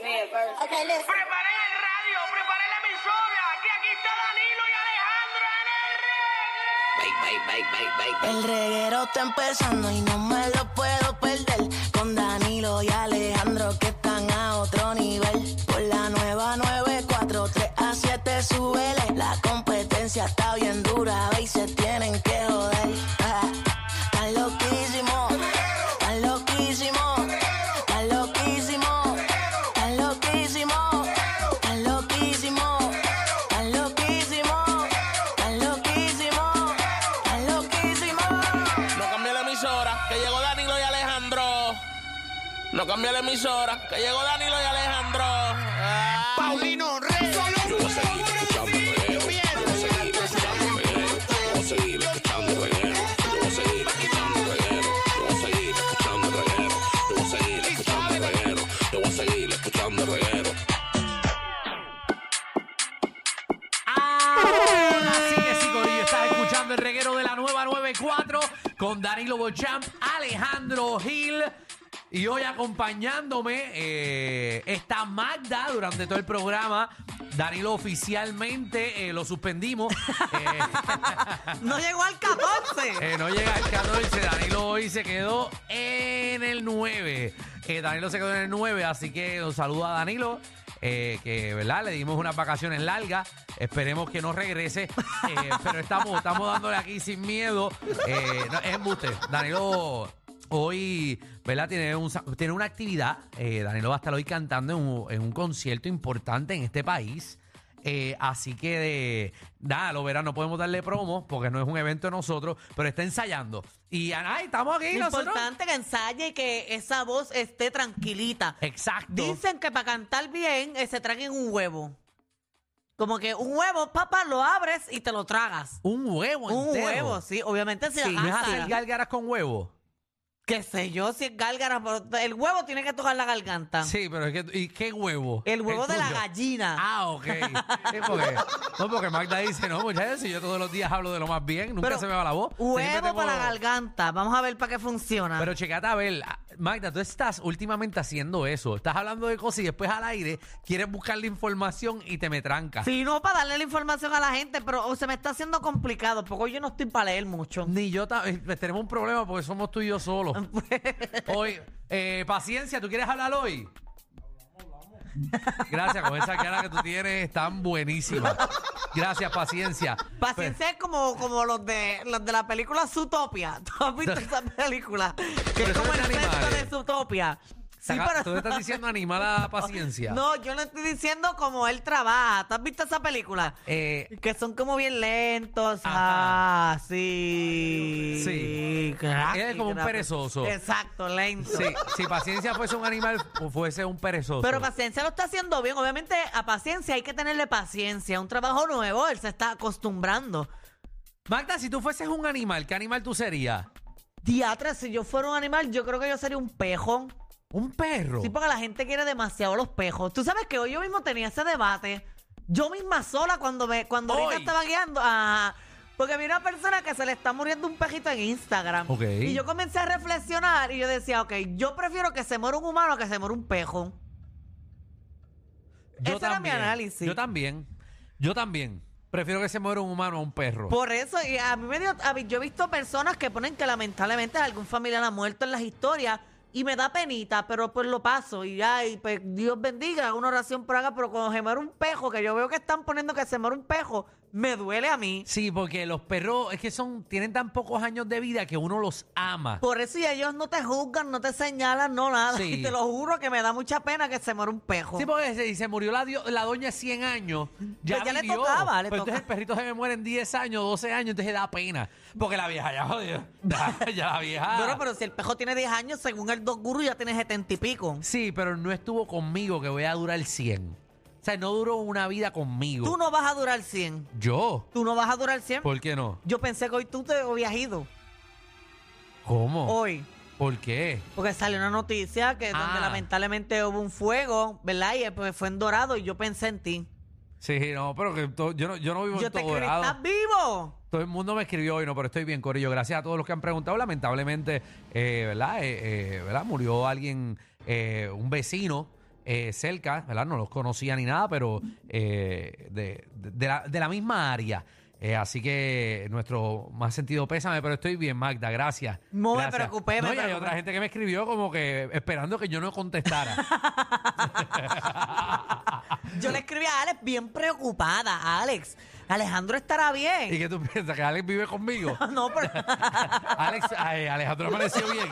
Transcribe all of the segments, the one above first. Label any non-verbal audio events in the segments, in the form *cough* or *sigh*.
first. Okay, listen. Preparé el radio, preparé la emisora, que aquí está Danilo y Alejandro en el reggae. Bye, bye, bye, bye, bye, bye. El reguero está empezando y no me lo puedo perder. Con Danilo y Alejandro que están a otro nivel. Por la nueva 94, 3 a 7 súbele. La competencia está bien dura ve, y se tienen que joder. Ah, Están loquísimos, están loquísimos, están loquísimos, están loquísimos, están loquísimos, están loquísimos, están loquísimos, están loquísimos. No cambie la emisora, que llegó Danilo y Alejandro. No cambie la emisora, que llegó Danilo y Alejandro. Ah. Paulino Rey. Yo voy a seguir escuchando reguero. Yo voy a seguir escuchando reguero. Yo voy a seguir escuchando reguero. Yo voy a seguir escuchando reguero. Yo voy a seguir escuchando reguero. Yo voy a seguir escuchando reguero. Yo voy a seguir escuchando reguero. Así que sí, Corillo, estás escuchando el reguero de la nueva 94 con Danilo Bochamp, Alejandro Gil. Y hoy acompañándome eh, está Magda durante todo el programa. Danilo oficialmente eh, lo suspendimos. Eh, No llegó al 14. eh, no llega al 14. Danilo hoy se quedó en el 9. Eh, Danilo se quedó en el 9, así que un saludo a Danilo. eh, que verdad le dimos unas vacaciones largas esperemos que no regrese eh, pero estamos estamos dándole aquí sin miedo Eh, no, es embuste Danilo hoy verdad tiene un sa- tiene una actividad eh, Danilo va a estar hoy cantando en un, en un concierto importante en este país eh, así que, de, nada, lo verán, no podemos darle promo porque no es un evento de nosotros, pero está ensayando. Y, ay, estamos aquí, Lo nosotros. importante que ensaye y que esa voz esté tranquilita. Exacto. Dicen que para cantar bien eh, se traguen un huevo. Como que un huevo, papá, lo abres y te lo tragas. un huevo Un entero. huevo, sí. Obviamente si Sí, la ¿No es gárgara. hacer gárgaras con huevo? Qué sé yo, si es gárgara. pero El huevo tiene que tocar la garganta. Sí, pero es que, ¿y qué huevo? El huevo de la tuyo. gallina. Ah, *laughs* ok. Sí, porque, no, porque Magda dice, no, muchachos, si yo todos los días hablo de lo más bien, nunca Pero se me va la voz. Siempre Huevo tengo- para la garganta. Vamos a ver para qué funciona. Pero checate a ver, ah, Magda, tú estás últimamente haciendo eso. Estás hablando de cosas y después al aire quieres buscar la información y te me trancas. si no, para darle la información a la gente, pero oh, se me está haciendo complicado porque hoy yo no estoy para leer mucho. Ni yo ta- eh, tenemos un problema porque somos tú y *laughs* yo solos. Pues. Hoy, eh, paciencia, ¿tú quieres hablar *laughs* hoy? Gracias, con esa cara que tú tienes tan buenísima. Gracias, paciencia. Pues, Paciencia es como, como los de los de la película Zootopia. *laughs* ¿Tú has visto esa película? Que Pero es eso como es el de sexto animales. de Zootopia. Sí, Saca- pero- Tú *laughs* le estás diciendo animada paciencia. No, yo le estoy diciendo como él trabaja. ¿Tú has visto esa película? Eh, Que son como bien lentos. Ajá. Ah, sí. Sí. Crack, Él es como un crack. perezoso. Exacto, lento. sí, si paciencia fuese un animal, fu- fuese un perezoso. Pero Paciencia lo está haciendo bien. Obviamente, a Paciencia hay que tenerle paciencia. Un trabajo nuevo, él se está acostumbrando. Magda, si tú fueses un animal, ¿qué animal tú serías? Diatra, si yo fuera un animal, yo creo que yo sería un pejo. Un perro. Sí, porque la gente quiere demasiado los pejos. Tú sabes que hoy yo mismo tenía ese debate. Yo misma sola cuando me, cuando Rita Hoy. estaba guiando. ajá. porque vi una persona que se le está muriendo un pejito en Instagram. Ok. Y yo comencé a reflexionar y yo decía, ok, yo prefiero que se muera un humano a que se muera un pejo. ese era mi análisis. Yo también. Yo también. Prefiero que se muera un humano a un perro. Por eso, y a mí me dio- a mí- yo he visto personas que ponen que lamentablemente algún familiar ha muerto en las historias y me da penita, pero pues lo paso y ay, pues Dios bendiga, hago una oración por acá, pero cuando se muere un pejo, que yo veo que están poniendo que se muere un pejo, me duele a mí. Sí, porque los perros es que son tienen tan pocos años de vida que uno los ama. Por eso y ellos no te juzgan, no te señalan, no nada. Sí. *laughs* Y te lo juro que me da mucha pena que se muera un pejo. Sí, porque se, se murió la, dio- la doña de 100 años. Ya, Pues ya le vivió. tocaba, le Pero entonces el tocaba. perrito se me muere en 10 años, 12 años, entonces da pena. Porque la vieja *laughs* ya jodió. Ya, ya la vieja. Bueno, pero si el pejo tiene 10 años, según el dos gurú ya tiene 70 y pico. Sí, pero no estuvo conmigo que voy a durar 100. O sea, no duró una vida conmigo. Tú no vas a durar 100. ¿Yo? Tú no vas a durar 100. ¿Por qué no? Yo pensé que hoy tú te habías ido. ¿Cómo? Hoy. ¿Por qué? Porque salió una noticia que Ah. donde lamentablemente hubo un fuego, ¿verdad? Y eh, pues, fue en Dorado y yo pensé en ti. Sí, no, pero que to- yo, no, yo no vivo Yo en te todo escribí, Dorado. ¿estás vivo? Todo el mundo me escribió hoy, no, pero estoy bien, Corillo. Gracias a todos los que han preguntado. Lamentablemente, eh, ¿verdad? Eh, eh, ¿verdad? Murió alguien, eh, un vecino eh, cerca, ¿verdad? No los conocía ni nada, pero eh, de, de- de la, de la misma área. Eh, así que nuestro más sentido pésame, pero estoy bien, Magda, gracias. No me Gracias. preocupé, me No, y hay preocupé. otra gente que me escribió como que esperando que yo no contestara. *laughs* Yo le escribí a Alex bien preocupada, Alex. Alejandro estará ¿Y bien. que tú piensas? ¿Que Alex vive conmigo? *laughs* No, pero, *laughs* Alex, ay, Alejandro amaneció bien.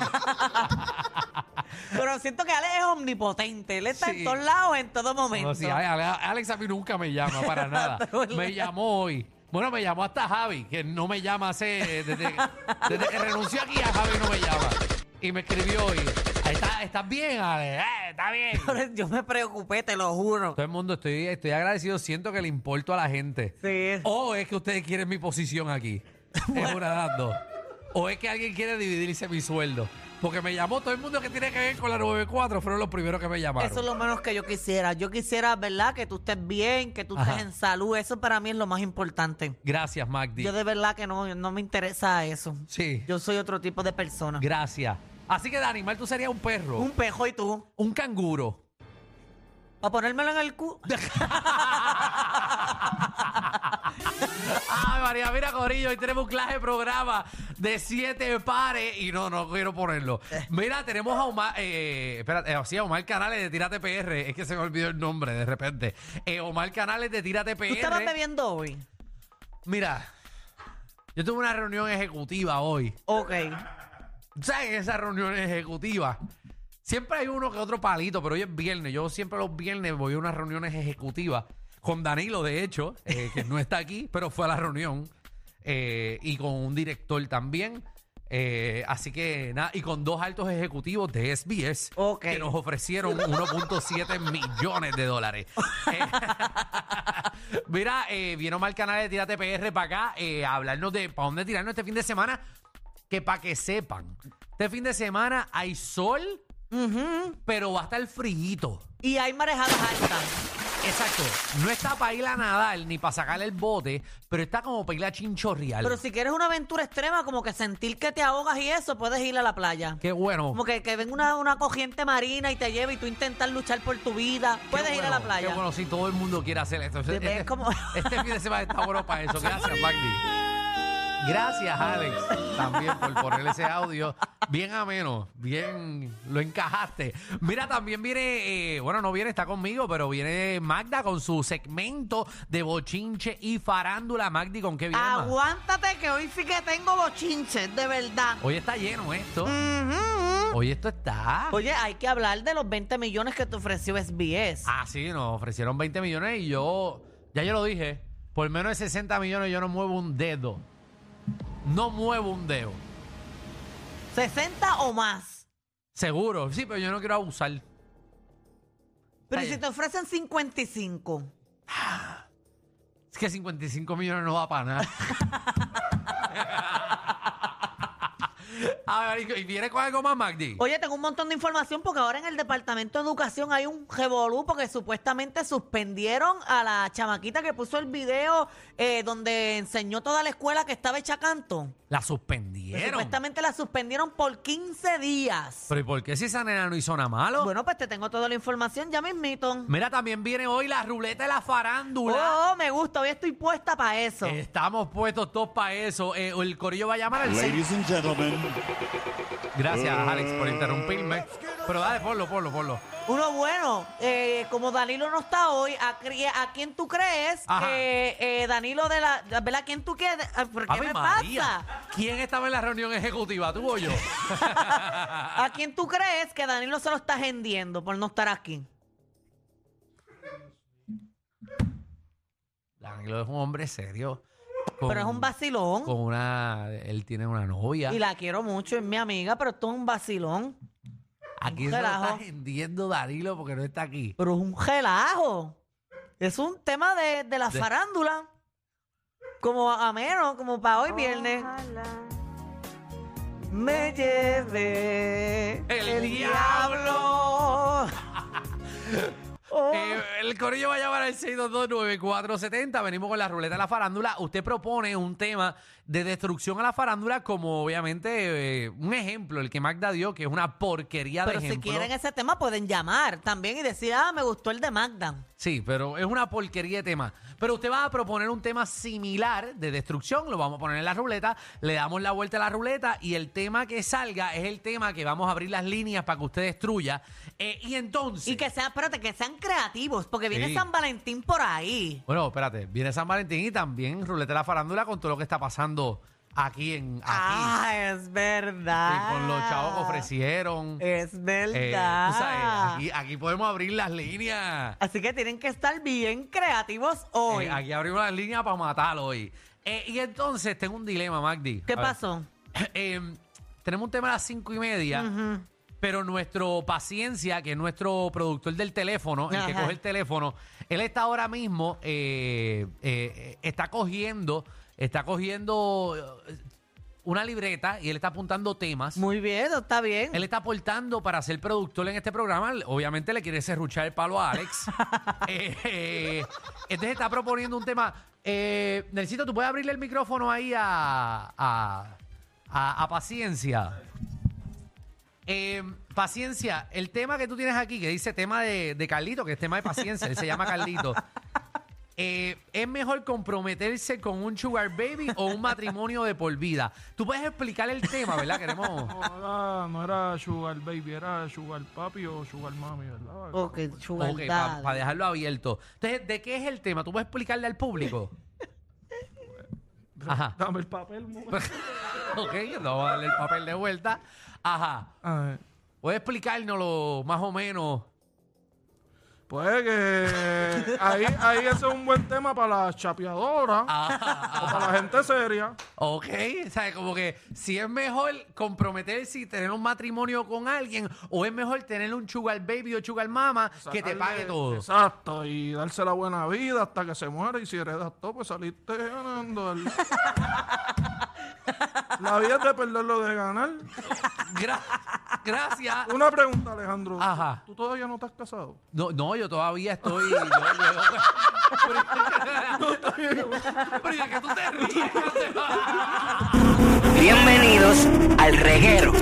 pero siento que Alex es omnipotente. Él está Sí. en todos lados en todo momento. No, sí, Ale- Ale- Alex, a mí nunca me *laughs* llama para nada. me llamó hoy. Bueno, me llamó hasta Javi, que no me llama hace. Desde, desde que renunció aquí a Javi no me llama. Y me escribió hoy. ¿Estás, estás bien, Ale? Eh, está bien. Pero yo me preocupé, te lo juro. Todo el mundo, estoy, estoy agradecido. Siento que le importo a la gente. Sí. O es que ustedes quieren mi posición *laughs* aquí. Es una de las dos. O es que alguien quiere dividirse mi sueldo. Porque me llamó todo el mundo que tiene que ver con la 94. Fueron los primeros que me llamaron. Eso es lo menos que yo quisiera. Yo quisiera, ¿verdad? Que tú estés bien, que tú estés Ajá. en salud. Eso para mí es lo más importante. Gracias, Magdi. Yo de verdad que no, no me interesa eso. Sí. Yo soy otro tipo de persona. Gracias. Así que de animal tú serías un perro. Un Un, pejo y tú. canguro. Para ponérmelo en el cu. Ay, María, mira, Corillo, hoy tenemos un clase de programa de siete pares y no, no quiero ponerlo. Mira, tenemos a Omar, eh, espérate, eh, sí, a Omar Canales de Tírate PR. Es que se me olvidó el nombre de repente. Eh, Omar Canales de Tírate PR. ¿Tú estabas bebiendo hoy? Mira, yo tuve una reunión ejecutiva hoy. Ok. ¿Sabes? En esas reuniones ejecutivas. Siempre hay uno que otro palito, pero hoy es viernes. Yo siempre los viernes voy a unas reuniones ejecutivas. Con Danilo, de hecho, eh, que no está aquí, pero fue a la reunión. Eh, y con un director también. Eh, así que nada, y con dos altos ejecutivos de SBS Ok. que nos ofrecieron 1.7 millones de dólares. Eh, *laughs* mira, eh, viene Omar Canales de Tírate PR para acá eh, a hablarnos de para dónde tirarnos este fin de semana que para que sepan, este fin de semana hay sol, pero va a estar frillito. Y hay marejadas altas. Exacto. No está para ir a nadar ni para sacar el bote, pero está como para ir a chinchorreal. Pero si quieres una aventura extrema, como que sentir que te ahogas y eso, puedes ir a la playa. Qué bueno. Como que, que venga una, una corriente marina y te lleve y tú intentas luchar por tu vida. Qué Puedes ir a la bueno, playa. Qué bueno, si todo el mundo quiere hacer esto. Te ves Este, como- este fin de semana está bueno para eso. Gracias, Magdi. Gracias, Alex, también por poner ese audio. Bien ameno, bien lo encajaste. Mira, también viene, eh, bueno, no viene, está conmigo, pero viene Magda con su segmento de bochinche y farándula. Magdi, ¿con qué viene? ma? Aguántate que hoy sí que tengo bochinches, de verdad. Hoy está lleno esto. Ujú. Pues Hoy esto está. Oye, hay que hablar de los 20 millones que te ofreció SBS. Ah, sí, nos ofrecieron 20 millones y yo, ya yo lo dije, por menos de 60 millones yo no muevo un dedo. No muevo un dedo. 60 o más. Seguro, sí, pero yo no quiero abusar. Pero ¿y Ay. si te ofrecen 55. Es que 55 millones no va *laughs* para nada. A ver, ¿y viene con algo más, Magdi? Oye, tengo un montón de información porque ahora en el Departamento de Educación hay un revolú porque supuestamente suspendieron a la chamaquita que puso el video eh, donde enseñó toda la escuela que estaba hecha canto. La Pues, suspendieron. Supuestamente la suspendieron por 15 días. Pero ¿y por qué si esa nena no hizo nada malo? Bueno, pues te tengo toda la información ya mismito. Mira, también viene hoy la ruleta de la farándula. Oh, me gusta, hoy estoy puesta para eso. Estamos puestos todos para eso. Eh, el corillo va a llamar al seis- Ladies and gentlemen, Gracias, Alex, por interrumpirme. Pero dale, ponlo, ponlo, ponlo. Uno bueno, eh, como Danilo no está hoy, ¿a, cri- a quién tú crees? Ajá. que, eh, Danilo de la... ¿Verdad? ¿A quién tú quieres? Ah, ¿Por qué Ave me María, pasa? ¿quién estaba en la reunión ejecutiva, tú o *laughs* yo? ¿A quién tú crees que Danilo se lo está hendiendo por no estar aquí? Danilo es un hombre serio. con- Pero es un vacilón. Con una, él tiene una novia. Y la quiero mucho, es mi amiga, pero esto es un vacilón. Aquí se lo relajo. está vendiendo Danilo porque no está aquí. Pero es un relajo. Es un tema de, de la De- farándula. Como a menos, como para hoy viernes. Me lleve El *laughs* diablo. *laughs* Oh, Eh, El corillo va a llamar al 6229470. Venimos con la ruleta de la farándula. Usted propone un tema de destrucción a la farándula como obviamente eh, un ejemplo, el que Magda dio, que es una porquería Pero de si ejemplo. quieren ese tema, pueden llamar también y decir, ah, me gustó el de Magda. Sí, pero es una porquería de tema. Pero usted va a proponer un tema similar de destrucción, lo vamos a poner en la ruleta, le damos la vuelta a la ruleta y el tema que salga es el tema que vamos a abrir las líneas para que usted destruya. Eh, y entonces... Y que sean, espérate, que sean creativos, porque viene Sí. San Valentín por ahí. Bueno, espérate, viene San Valentín y también ruleta de la farándula con todo lo que está pasando aquí en... Aquí. Ah, es verdad. Y con los chavos que ofrecieron. Es Eh, verdad. tú sabes, aquí, aquí podemos abrir las líneas. Así que tienen que estar bien creativos hoy. Eh, aquí abrimos las líneas para matarlo hoy. Eh, y entonces tengo un dilema, Magdi. ¿Qué A ver. *laughs* pasó? Eh, tenemos un tema a las cinco y media. Pero nuestro paciencia, que es nuestro productor del teléfono, el que Ajá. coge el teléfono, él está ahora mismo, eh, eh, está cogiendo, está cogiendo eh, una libreta y él está apuntando temas. Muy bien, está bien. Él está aportando para ser productor en este programa. Obviamente le quiere serruchar el palo a Alex. Eh, eh, entonces está proponiendo un tema. Eh, Nelsito, ¿tú puedes abrirle el micrófono ahí a, a- a- a Paciencia? Eh, paciencia, el tema que tú tienes aquí, que dice tema de, de Carlito, que es tema de paciencia, él se llama Carlito. Eh, ¿Es mejor comprometerse con un sugar baby o un matrimonio de por vida? Tú puedes explicar el tema, ¿verdad? Queremos... No era, no era Sugar Baby, era Sugar Papi o Sugar Mami, ¿verdad? Ok, sugar Ok, para daddy. dejarlo abierto. Entonces, ¿de qué es el tema? ¿Tú puedes explicarle al público? Ajá. Dame el papel, *laughs* mujer. ok, no vamos a darle el papel de vuelta. Ajá. Ay, ¿Puedes explicárnoslo más o menos? Pues que ahí, ahí ese es un buen tema para las chapeadoras Ah. o para la gente seria. Ok, o sea, como que si es mejor comprometerse y tener un matrimonio con alguien o es mejor tener un sugar baby o sugar mama que te Sacarle- pague todo. Exacto, y darse la buena vida hasta que se muera y si heredas todo, pues saliste *laughs* ganando. el- la vida es de perderlo de ganar. Gra- *laughs* Gracias. Una pregunta, Alejandro. ¿tú- Ajá. ¿Tú todavía no estás casado? No, no, yo todavía estoy. yo- *laughs* yo- Pero ya que tú te ríes. Bienvenidos al reguero.